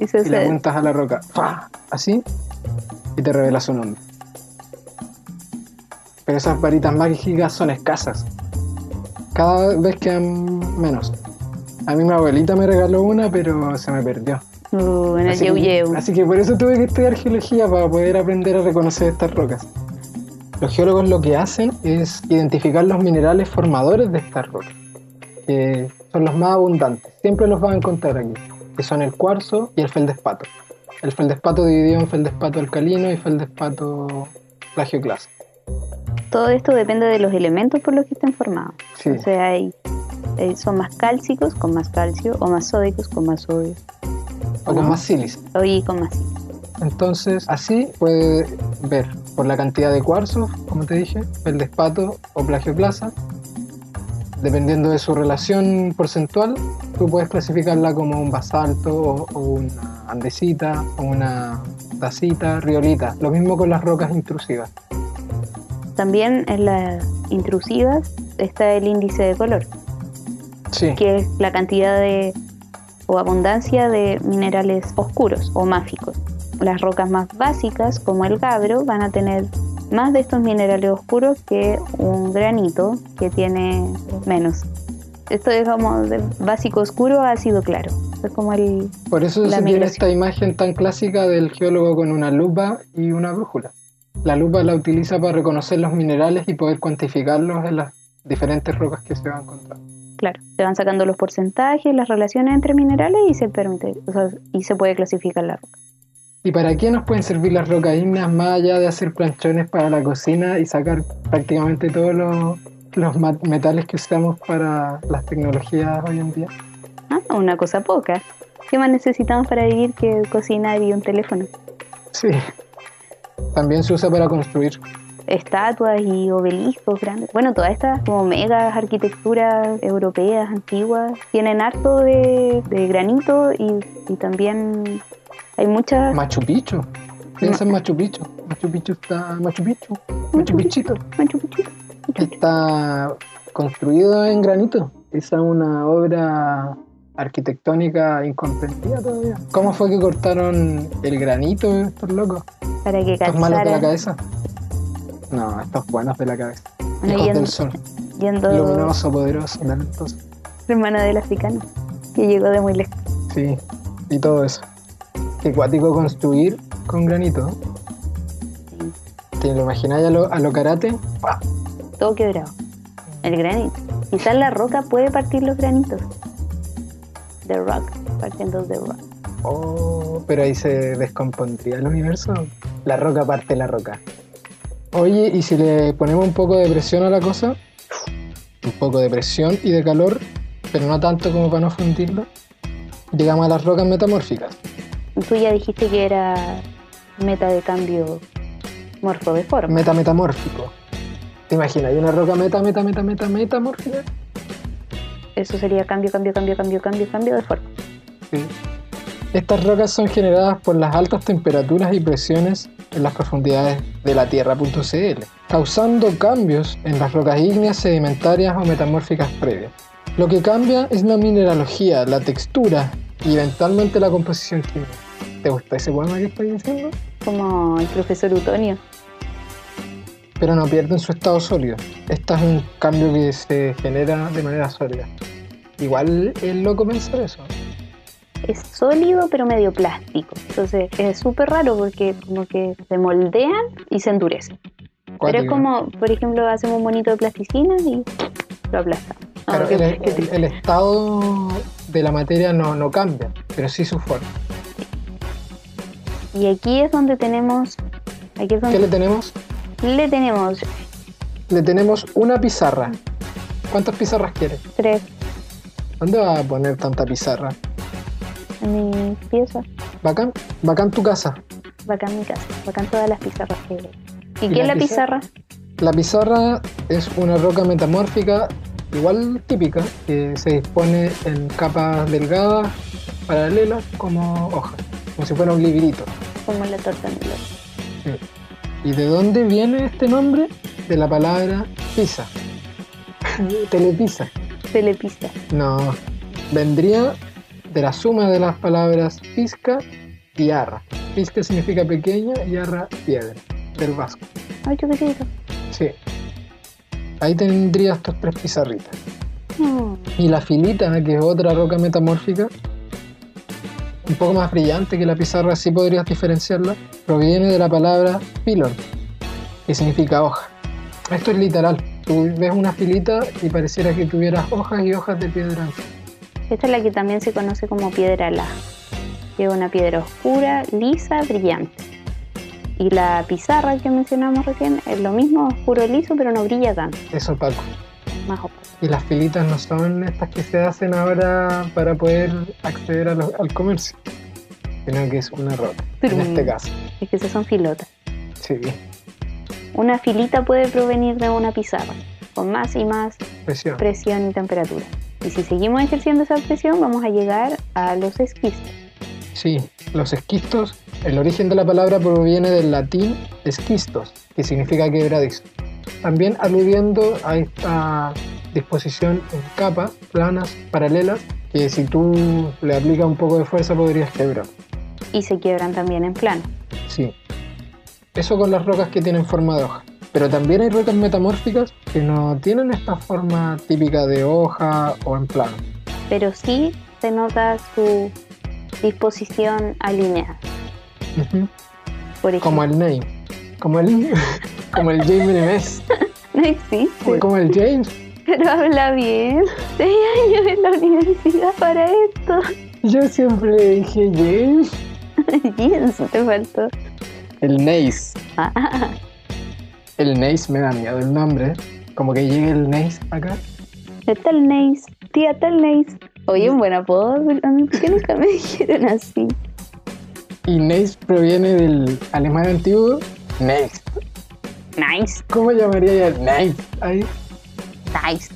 A: Y se
B: y la
A: hace-
B: apuntas a la roca. ¡Fa! Así. Y te revela su nombre. Pero esas varitas mágicas son escasas. Cada vez quedan menos. A mí mi abuelita me regaló una, pero se me perdió.
A: Uh, en el
B: Así
A: yeu
B: que,
A: yeu.
B: así que por eso tuve que estudiar geología para poder aprender a reconocer estas rocas. Los geólogos lo que hacen es identificar los minerales formadores de estas rocas, que son los más abundantes. Siempre los vas a encontrar aquí, que son el cuarzo y el feldespato. El feldespato dividido en feldespato alcalino y feldespato plagioclásico.
A: Todo esto depende de los elementos por los que estén formados.
B: Sí,
A: O sea, hay, eh, son más cálcicos con más calcio o más sódicos con más sodio
B: o con más sílice.
A: o y con más
B: Entonces, así puede ver por la cantidad de cuarzos, como te dije, feldespato o plagioplaza. Dependiendo de su relación porcentual, tú puedes clasificarla como un basalto o, o una andesita o una tacita, riolita. Lo mismo con las rocas intrusivas.
A: También en las intrusivas está el índice de color,
B: Sí,
A: que es la cantidad de o abundancia de minerales oscuros o máficos. Las rocas más básicas, como el gabro, van a tener más de estos minerales oscuros que un granito que tiene menos. Esto es como de básico oscuro a ácido claro. Esto Es como el
B: por eso
A: la
B: se tiene
A: migración.
B: esta imagen tan clásica del geólogo con una lupa y una brújula. La lupa la utiliza para reconocer los minerales y poder cuantificarlos en las diferentes rocas que se van a encontrar.
A: Claro, se van sacando los porcentajes, las relaciones entre minerales y se permite, o sea, y se puede clasificar la roca.
B: ¿Y para qué nos pueden servir las rocas ígneas más allá de hacer planchones para la cocina y sacar prácticamente todos los, los ma- metales que usamos para las tecnologías hoy en día?
A: Ah, una cosa poca. ¿Qué más necesitamos para vivir que cocinar y un teléfono?
B: Sí. También se usa para construir.
A: Estatuas y obeliscos grandes. Bueno, todas estas como megas arquitecturas europeas antiguas tienen harto de, de granito y, y también hay muchas...
B: Machu Picchu. Piensa en Machu Picchu. Machu Picchu está. Machu Picchu. Machu Picchito.
A: Machu Picchu.
B: Está construido en granito. Esa es una obra arquitectónica incomprendida todavía. ¿Cómo fue que cortaron el granito estos locos?
A: Para que
B: ¿Estos malos de la
A: calzaran
B: cabeza? No, estos buenos de la cabeza.
A: Bueno,
B: Hijos
A: y en-
B: del sol.
A: yendo
B: Luminoso, poderoso, talentoso.
A: hermana del africano que llegó de muy lejos.
B: Sí, y todo eso. Qué cuático construir con granito.
A: Sí.
B: ¿Te lo imagináis a lo, a lo karate?
A: todo quebrado. El granito. Quizás la roca puede partir los granitos. The Rock, partiendo The Rock.
B: Oh, pero ahí se descompondría el universo. La roca parte la roca. Oye, y si le ponemos un poco de presión a la cosa, un poco de presión y de calor, pero no tanto como para no fundirlo, llegamos a las rocas metamórficas.
A: Tú ya dijiste que era meta de cambio morfo de forma.
B: Meta metamórfico. ¿Te imaginas? Hay una roca meta, meta, meta, meta, metamórfica.
A: Eso sería cambio, cambio, cambio, cambio, cambio, cambio de forma.
B: Estas rocas son generadas por las altas temperaturas y presiones en las profundidades de la Tierra.cl, causando cambios en las rocas ígneas, sedimentarias o metamórficas previas. Lo que cambia es la mineralogía, la textura y eventualmente la composición química. ¿Te gusta ese poema que estoy diciendo?
A: Como el profesor Utonio.
B: Pero no pierden su estado sólido. Este es un cambio que se genera de manera sólida. Igual es loco pensar eso.
A: Es sólido pero medio plástico. Entonces es súper raro porque como que se moldean y se endurecen. Pero es
B: Cuático.
A: como, por ejemplo, hacemos un monito de plasticina y lo aplastamos. No,
B: Claro,
A: Ah, qué-
B: el,
A: qué triste.
B: el- el estado de la materia no, no cambia, pero sí su forma.
A: Y aquí es donde tenemos. Aquí es
B: ¿Qué
A: donde
B: le tenemos?
A: le... tenemos
B: Le tenemos una pizarra. ¿Cuántas pizarras quieres?
A: tres
B: ¿Dónde va a poner tanta pizarra?
A: en mi pieza.
B: Bacán, bacán tu casa.
A: Bacán mi casa. Bacán todas las pizarras que veo. ¿Y,
B: ¿Y
A: qué es
B: la
A: la pizarra?
B: La pizarra es una roca metamórfica igual típica que se dispone en capas delgadas, paralelas, como hojas, como si fuera un librito.
A: Como la torta en el horno.
B: ¿Y de dónde viene este nombre? De la palabra pizza. Telepizza.
A: Telepista.
B: No. Vendría de la suma de las palabras pizca y arra. Pizca significa pequeña y arra piedra. Del vasco.
A: Ay, qué chiquitito.
B: Sí. Ahí tendrías tus tres pizarritas.
A: Mm.
B: Y la filita, que es otra roca metamórfica, un poco más brillante que la pizarra, sí podrías diferenciarla, proviene de la palabra pilon, que significa hoja. Esto es literal. Tú ves una filita y pareciera que tuvieras hojas y hojas de piedra.
A: Esta es la que también se conoce como piedra la. Que es una piedra oscura, lisa, brillante. Y la pizarra que mencionamos recién es lo mismo, oscuro, liso, pero no brilla tanto,
B: Eso, Paco.
A: más opaco.
B: Y las filitas no son estas que se hacen ahora para poder acceder a los- al comercio, sino que es una roca, en
A: Trum.
B: este caso.
A: Es que esas son filotas.
B: Sí,
A: Una filita puede provenir de una pizarra, con más y más
B: presión.
A: presión y temperatura. Y si seguimos ejerciendo esa presión, vamos a llegar a los esquistos.
B: Sí, los esquistos, el origen de la palabra proviene del latín esquistos, que significa quebradizo. También aludiendo a esta disposición en capas, planas, paralelas, que si tú le aplicas un poco de fuerza podrías quebrar.
A: Y se quiebran también en plano.
B: Sí. Eso con las rocas que tienen forma de hoja. Pero también hay rocas metamórficas que no tienen esta forma típica de hoja o en plano.
A: Pero sí se nota su disposición alineada.
B: Ujú.
A: Por ejemplo,
B: Como el name. Como el, como el James Nemes.
A: no existe.
B: Como el James.
A: Pero habla bien. Seis años en la universidad para esto.
B: Yo siempre le dije James.
A: Yes, te faltó.
B: El Neis.
A: Ah,
B: El Neis me da miedo el nombre. Como que llegue el Neis acá.
A: tal Neis. Tía tal Neis. Oye, un buen apodo. pero a mí, ¿Por qué nunca me dijeron así?
B: Y Neis proviene del alemán antiguo. Neis.
A: Nice,
B: ¿Cómo llamaría ya el Neis? Ay,
A: nice.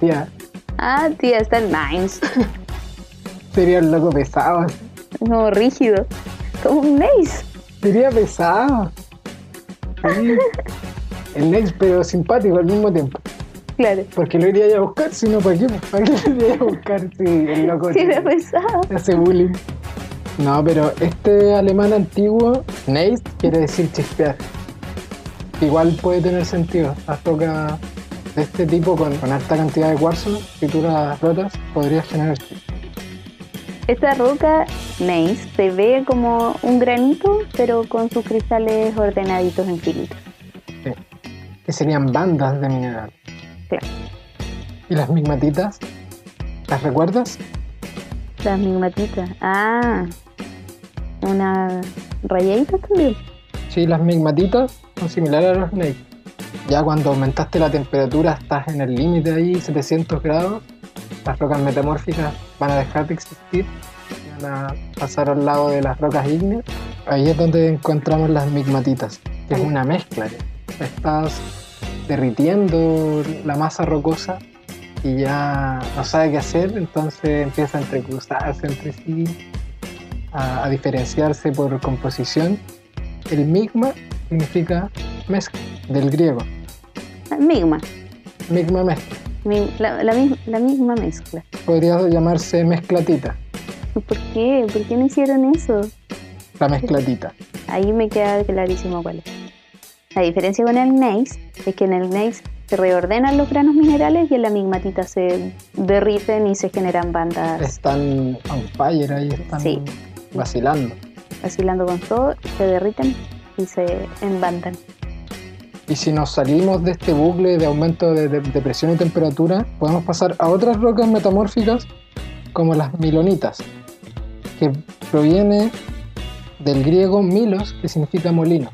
B: tía.
A: Ah, tía, está el nice.
B: Sería el loco pesado. así.
A: Como rígido. Como un Neis.
B: Sería pesado. Sí. El Neis, pero simpático al mismo tiempo.
A: Claro.
B: Porque lo iría a buscar, si no, ¿para qué? ¿Para qué lo iría a buscar si el loco
A: Sí,
B: tiene-
A: era pesado.
B: hace bullying. No, pero este alemán antiguo, Neist, quiere decir chispear. Igual puede tener sentido. Las rocas de este tipo con, con alta cantidad de cuarzo, si tú las rotas, podrías generar chispe.
A: Esta roca, Neis, se ve como un granito, pero con sus cristales ordenaditos en filitas.
B: Que serían bandas de mineral.
A: Claro.
B: ¿Y las migmatitas? ¿Las recuerdas?
A: Las migmatitas. Ah, una rayadita también.
B: Sí, las migmatitas son similares a los Neist. Ya cuando aumentaste la temperatura, estás en el límite ahí, 700 grados, las rocas metamórficas van a dejar de existir, van a pasar al lado de las rocas ígneas. Ahí es donde encontramos las migmatitas, que es una mezcla. ya. Estás derritiendo la masa rocosa y ya no sabe qué hacer, entonces empieza a entrecruzarse entre sí, a- a diferenciarse por composición. El migma significa mezcla, del griego.
A: Migma.
B: Migma mezcla.
A: mi- la, la mis- la misma mezcla.
B: Podría llamarse mezclatita.
A: ¿Por qué? ¿Por qué no hicieron eso?
B: La mezclatita.
A: Ahí me queda clarísimo cuál es. La diferencia con el gneiss es que en el gneiss se reordenan los granos minerales y en la migmatita se derriten y se generan bandas
B: Están on fire ahí, están
A: Sí.
B: vacilando.
A: vacilando con todo, se derriten y se embandan.
B: Y si nos salimos de este bucle de aumento de, de- de presión y temperatura, podemos pasar a otras rocas metamórficas como las milonitas, que proviene del griego milos, que significa molino.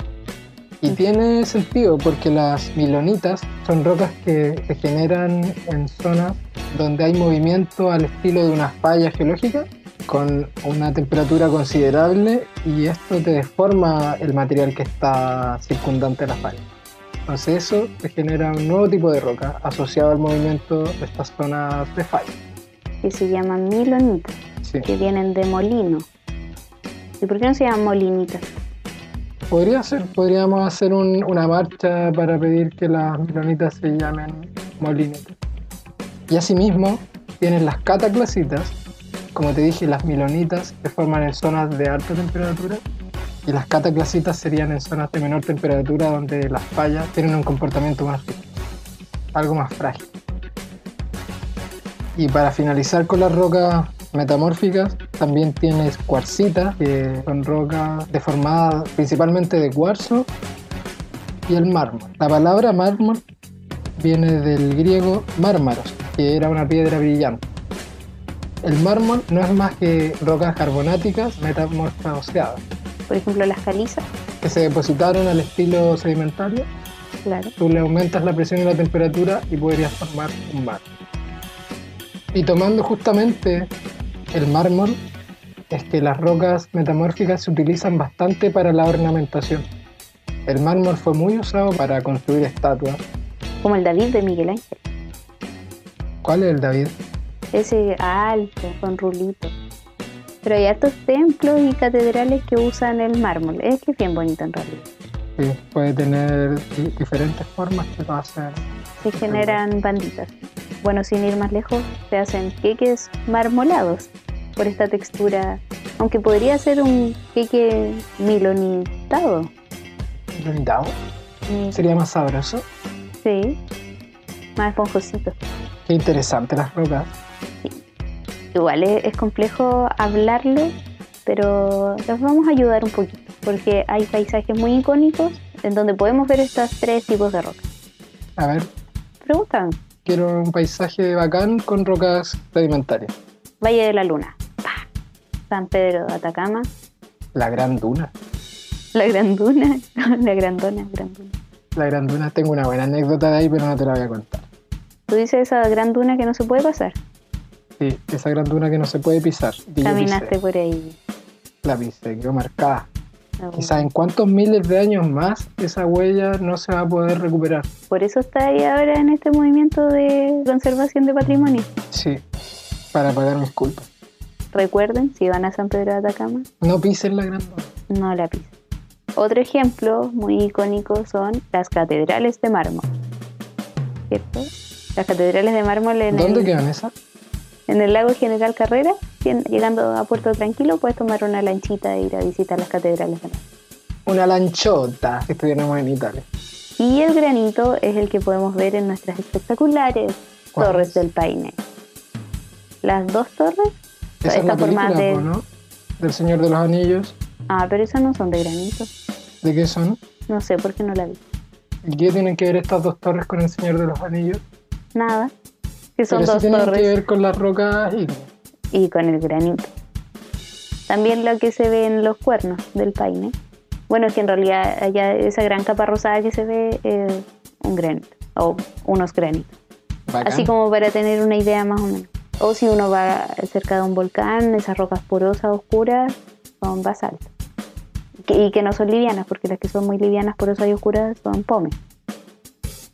B: Y tiene sentido porque las milonitas son rocas que se generan en zonas donde hay movimiento al estilo de una falla geológica con una temperatura considerable y esto te deforma el material que está circundante a la falla. Entonces eso te genera un nuevo tipo de roca asociado al movimiento de estas zonas de falla.
A: que se llaman milonitas,
B: Sí.
A: que vienen de molino. ¿Y por qué no se llaman molinitas?
B: Podría ser, podríamos hacer un- una marcha para pedir que las melonitas se llamen molinetas. Y asimismo, tienen las cataclasitas, como te dije, las milonitas que forman en zonas de alta temperatura. Y las cataclasitas serían en zonas de menor temperatura donde las fallas tienen un comportamiento más rígido, algo más frágil. Y para finalizar con las rocas metamórficas, también tienes cuarcitas, que son rocas deformadas principalmente de cuarzo, y el mármol. La palabra mármol viene del griego mármaros, que era una piedra brillante. El mármol no es más que rocas carbonáticas metamorfoseadas,
A: Por ejemplo, las calizas,
B: que se depositaron al estilo sedimentario.
A: claro.
B: Tú le aumentas la presión y la temperatura y podrías formar un mar. Y tomando justamente el mármol, es que las rocas metamórficas se utilizan bastante para la ornamentación. El mármol fue muy usado para construir estatuas.
A: Como el David de Miguel Ángel.
B: ¿Cuál es el David?
A: Ese alto, con rulito. Pero hay hartos templos y catedrales que usan el mármol. Es que es bien bonito en realidad.
B: Sí, puede tener di- diferentes formas que va a ser.
A: se generan banditas. Bueno, sin ir más lejos, se hacen queques marmolados por esta textura, aunque podría ser un queque milonitado.
B: ¿Blindado?
A: Mm,
B: Sería más sabroso.
A: Sí, más esponjosito.
B: Qué interesante las rocas.
A: Igual es, es complejo hablarlo, pero los vamos a ayudar un poquito, porque hay paisajes muy icónicos en donde podemos ver estos tres tipos de roca.
B: A ver,
A: Preguntan,
B: quiero un paisaje bacán con rocas sedimentarias.
A: Valle de la Luna, pa, San Pedro de Atacama,
B: La gran duna.
A: La granduna, la grandona, granduna.
B: La gran duna, tengo una buena anécdota de ahí, pero no te la voy a contar.
A: Tú dices esa gran duna que no se puede pasar.
B: Sí, esa gran duna que no se puede pisar. que yo
A: Caminaste
B: pisé,
A: por ahí.
B: la pisé, quedó marcada.
A: No.
B: Quizás en cuántos miles de años más esa huella no se va a poder recuperar.
A: Por eso está ahí ahora en este movimiento de conservación de patrimonio.
B: Sí, para pagar mis culpas.
A: Recuerden, si van a San Pedro de Atacama,
B: No pisen la gran duna.
A: no la pisen. Otro ejemplo muy icónico son las catedrales de mármol. ¿Cierto? Las catedrales de mármol en,
B: ¿Dónde
A: el,
B: quedan esas?
A: en el lago General Carrera. Tien- Llegando a Puerto Tranquilo, puedes tomar una lanchita e ir a visitar las catedrales de mármol.
B: Una lanchota que estuviéramos en Italia.
A: Y el granito es el que podemos ver en nuestras espectaculares
B: ¿Cuál
A: torres
B: es?
A: del Paine. Las dos torres,
B: Esa es
A: Está
B: la película,
A: formada de-
B: po, ¿no? Del Señor de los Anillos.
A: ah, pero esas no son de granito.
B: ¿De qué son?
A: No sé por qué no la vi.
B: ¿Y qué tienen que ver estas dos torres con el Señor de los Anillos?
A: Nada. Que son
B: Pero sí
A: dos
B: tienen
A: torres
B: que ver con las rocas y...
A: y con el granito. También lo que se ve en los cuernos del Paine. Bueno, es que en realidad allá esa gran capa rosada que se ve es un granito o unos granitos.
B: Bacán.
A: Así como para tener una idea más o menos. O si uno va cerca de un volcán, esas rocas porosas, oscuras, son basalto. Que- y que no son livianas, porque las que son muy livianas, porosas y oscuras son pome.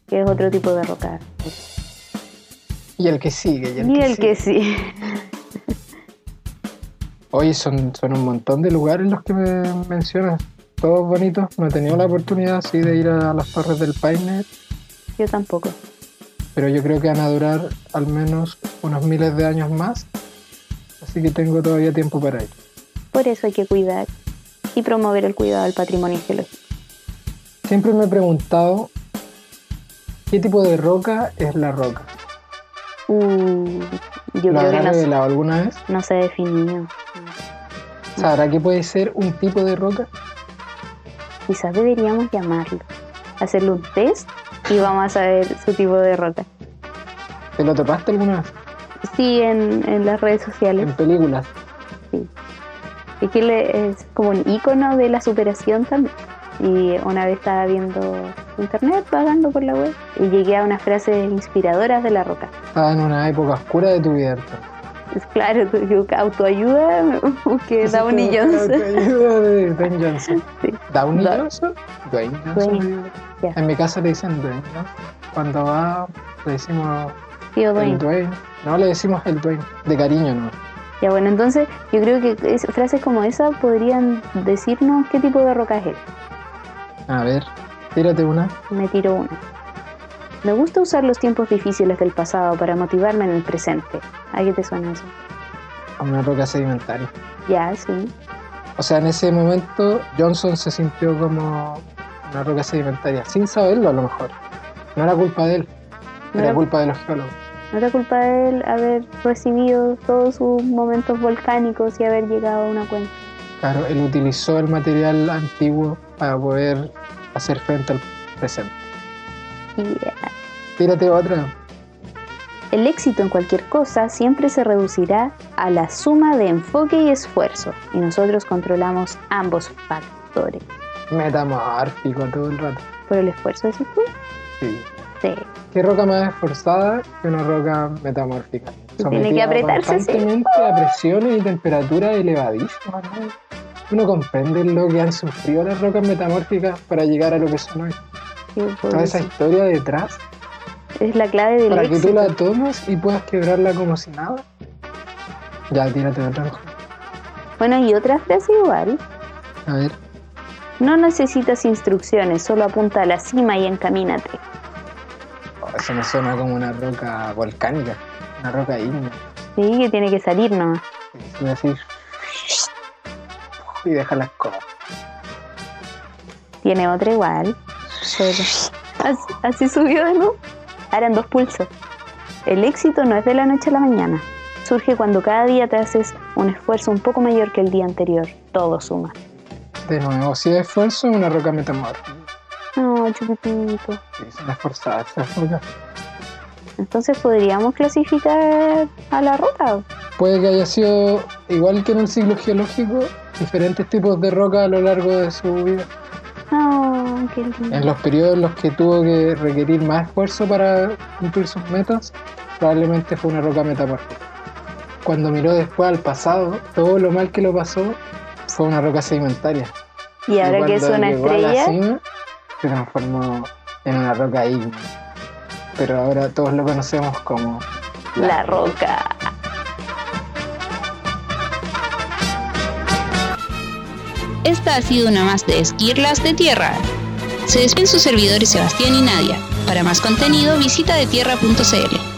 A: Que es otro tipo de roca.
B: Y el que sigue, y el
A: Y
B: que
A: el
B: sigue.
A: que sí.
B: Oye, son, son un montón de lugares los que me mencionas. Todos bonitos. No he tenido la oportunidad, sí, de ir a las torres del Paine,
A: Yo tampoco.
B: pero yo creo que van a durar al menos unos miles de años más. Así que tengo todavía tiempo para ir.
A: Por eso hay que cuidar y promover el cuidado del patrimonio geológico.
B: Siempre me he preguntado qué tipo de roca es la roca.
A: Uh, yo
B: ¿Lo
A: creo que
B: habrá
A: no, se-
B: revelado alguna vez?
A: no se ha definido.
B: ¿Sabrá qué puede ser un tipo de roca?
A: Quizás deberíamos llamarlo, hacerle un test y vamos a saber su tipo de roca.
B: ¿Te lo topaste alguna vez?
A: Sí, en, en las redes sociales.
B: En películas.
A: Es que le- es como un icono de la superación también. Y una vez estaba viendo internet, vagando por la web, y llegué a unas frases inspiradoras de la roca.
B: Estaba en una época oscura de tu vida. Arturo.
A: Es claro, tu- yo autoayuda, que da un
B: Hiciste
A: Johnson.
B: la autoayuda de Dwayne Johnson.
A: Sí.
B: ¿Downey
A: Da-
B: Johnson? Dwayne Johnson.
A: Dwayne,
B: digo.
A: ya.
B: En mi casa le dicen Dwayne, ¿no? Cuando va, le decimos
A: Tío
B: el
A: Dwayne.
B: Dwayne. No, le decimos el Dwayne. De cariño, ¿no?
A: Ya bueno, entonces yo creo que es- frases como esa podrían decirnos qué tipo de roca es él.
B: A ver, tírate una.
A: Me tiro una. Me gusta usar los tiempos difíciles del pasado para motivarme en el presente. ¿A qué te suena eso?
B: A una roca sedimentaria.
A: Ya, sí.
B: O sea, en ese momento Johnson se sintió como una roca sedimentaria, sin saberlo a lo mejor. No era culpa de él,
A: No
B: era
A: era-
B: culpa de los geólogos.
A: No era culpa de él haber recibido todos sus momentos volcánicos y haber llegado a una cuenta.
B: Claro, él utilizó el material antiguo para poder hacer frente al presente.
A: Yeah.
B: Tírate otra.
A: El éxito en cualquier cosa siempre se reducirá a la suma de enfoque y esfuerzo, y nosotros controlamos ambos factores.
B: Metamórfico todo el rato.
A: ¿Por el esfuerzo decís tú?
B: Sí.
A: Sí.
B: ¿Qué roca más esforzada que una roca metamórfica?
A: Tiene que
B: Sometida
A: apretarse, sí.
B: constantemente a presiones y temperaturas elevadísimas. ¿no? Uno comprende lo que han sufrido las rocas metamórficas para llegar a lo que son hoy.
A: sí,
B: Toda esa
A: pobrecito.
B: historia detrás,
A: Es la clave del
B: para que tú
A: éxito.
B: la tomes y puedas quebrarla como si nada. Ya, tírate otra. mejor.
A: Bueno, y otra frase igual.
B: A ver.
A: No necesitas instrucciones, solo apunta a la cima y encamínate.
B: Oh, eso me suena como una roca volcánica, una roca ígnea.
A: Sí, que tiene que salir nomás.
B: Y así. Y deja las cosas.
A: Tiene otra igual. Pero- Así, así subió de nuevo. Harán dos pulsos. El éxito no es de la noche a la mañana. Surge cuando cada día te haces un esfuerzo un poco mayor que el día anterior. Todo suma.
B: De nuevo, si es esfuerzo, una roca metamórfica.
A: No, chupitito.
B: Sí, son esforzadas esas rocas.
A: Entonces podríamos clasificar a la roca.
B: Puede que haya sido, igual que en el siglo geológico, diferentes tipos de roca a lo largo de su vida.
A: No, qué lindo.
B: En los periodos en los que tuvo que requerir más esfuerzo para cumplir sus metas, probablemente fue una roca metamórfica. Cuando miró después al pasado, todo lo mal que lo pasó fue una roca sedimentaria.
A: Y ahora que es
B: cuando
A: una
B: llegó a la
A: estrella,
B: cima, se transformó en una roca ígnea. Pero ahora todos lo conocemos como
A: la roca.
D: Esta ha sido una más de Esquirlas de Tierra. Se despiden sus servidores Sebastián y Nadia. Para más contenido visita detierra.cl.